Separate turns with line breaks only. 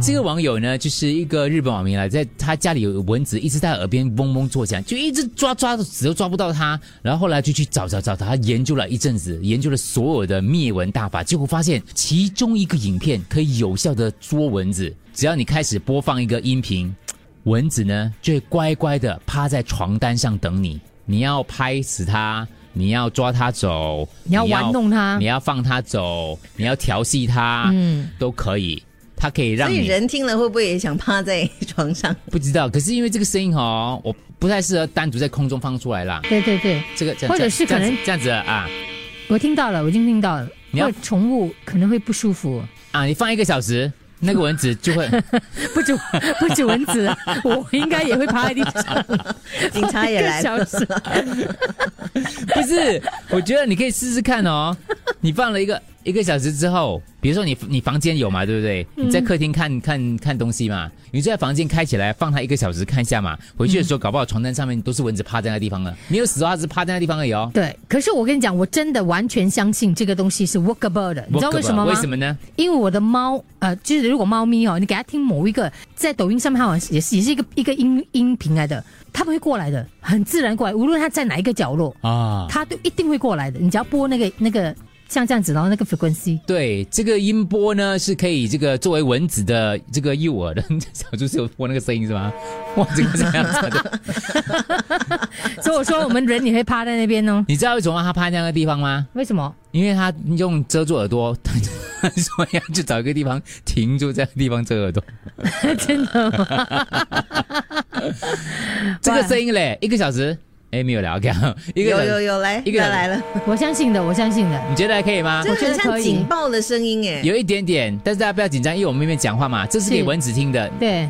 这个网友呢，就是一个日本网民来，在他家里有蚊子一直在耳边嗡嗡作响，就一直抓抓，死都抓不到它。然后后来就去找找找它，他研究了一阵子，研究了所有的灭蚊大法，结果发现其中一个影片可以有效的捉蚊子。只要你开始播放一个音频，蚊子呢就会乖乖的趴在床单上等你。你要拍死它，你要抓它走，
你要玩弄它
你要放它走，你要调戏它，嗯，都可以。它可以让
所以
你
人听了会不会也想趴在床 上？
不知道，可是因为这个声音哦，我不太适合单独在空中放出来啦。
对对对，
这个这样
或者是
这样
可能
这样子这样子啊
我听到了，我已经听到了。
你要
或者宠物可能会不舒服，
啊，你放一个小时，那个蚊子就 会
不止不止蚊子， 我应该也会趴在地上。
警察也来
一个
了，
小时
不是？我觉得你可以试试看哦。你放了一个一个小时之后，比如说你你房间有嘛，对不对？
嗯
你在客厅看看看东西嘛，你就在房间开起来放它一个小时看一下嘛。回去的时
嗯
候，搞不好床单上面都是蚊子趴在那地方了。没有死哦，它只是趴在那地方而已哦。
对，可是我跟你讲，我真的完全相信这个东西是 workable 的，你知道为什么吗？
为什么呢？
因为我的猫，呃，就是如果猫咪哦，你给它听某一个，在抖音上面它好像也是也是一个一个音音频来的，它们会过来的，很自然过来，无论它在哪一个角落，
啊，
它都一定会过来的。你只要播那个那个像这样子，然后那个 frequency，
对，这个音波呢是可以这个作为蚊子的这个诱饵的。 小猪是有播那个声音是吗？哇，这个这样子的，
所以我说我们人也会趴在那边哦。
你知道为什么他趴那个地方吗？
为什么？
因为他用遮住耳朵， 所以他就找一个地方停住，在地方遮耳朵。
真的吗？
这个声音嘞，一个小时，哎，没有了，OK，一个小
有
时
有有来，
一个
再来了，
我相信的，我相信的。
你觉得还可以吗
这？
觉得
很
可
像
以
警报的声音哎。
有一点点，但是大家不要紧张，因为我们妹妹讲话嘛，这是给
是
蚊子听的，
对，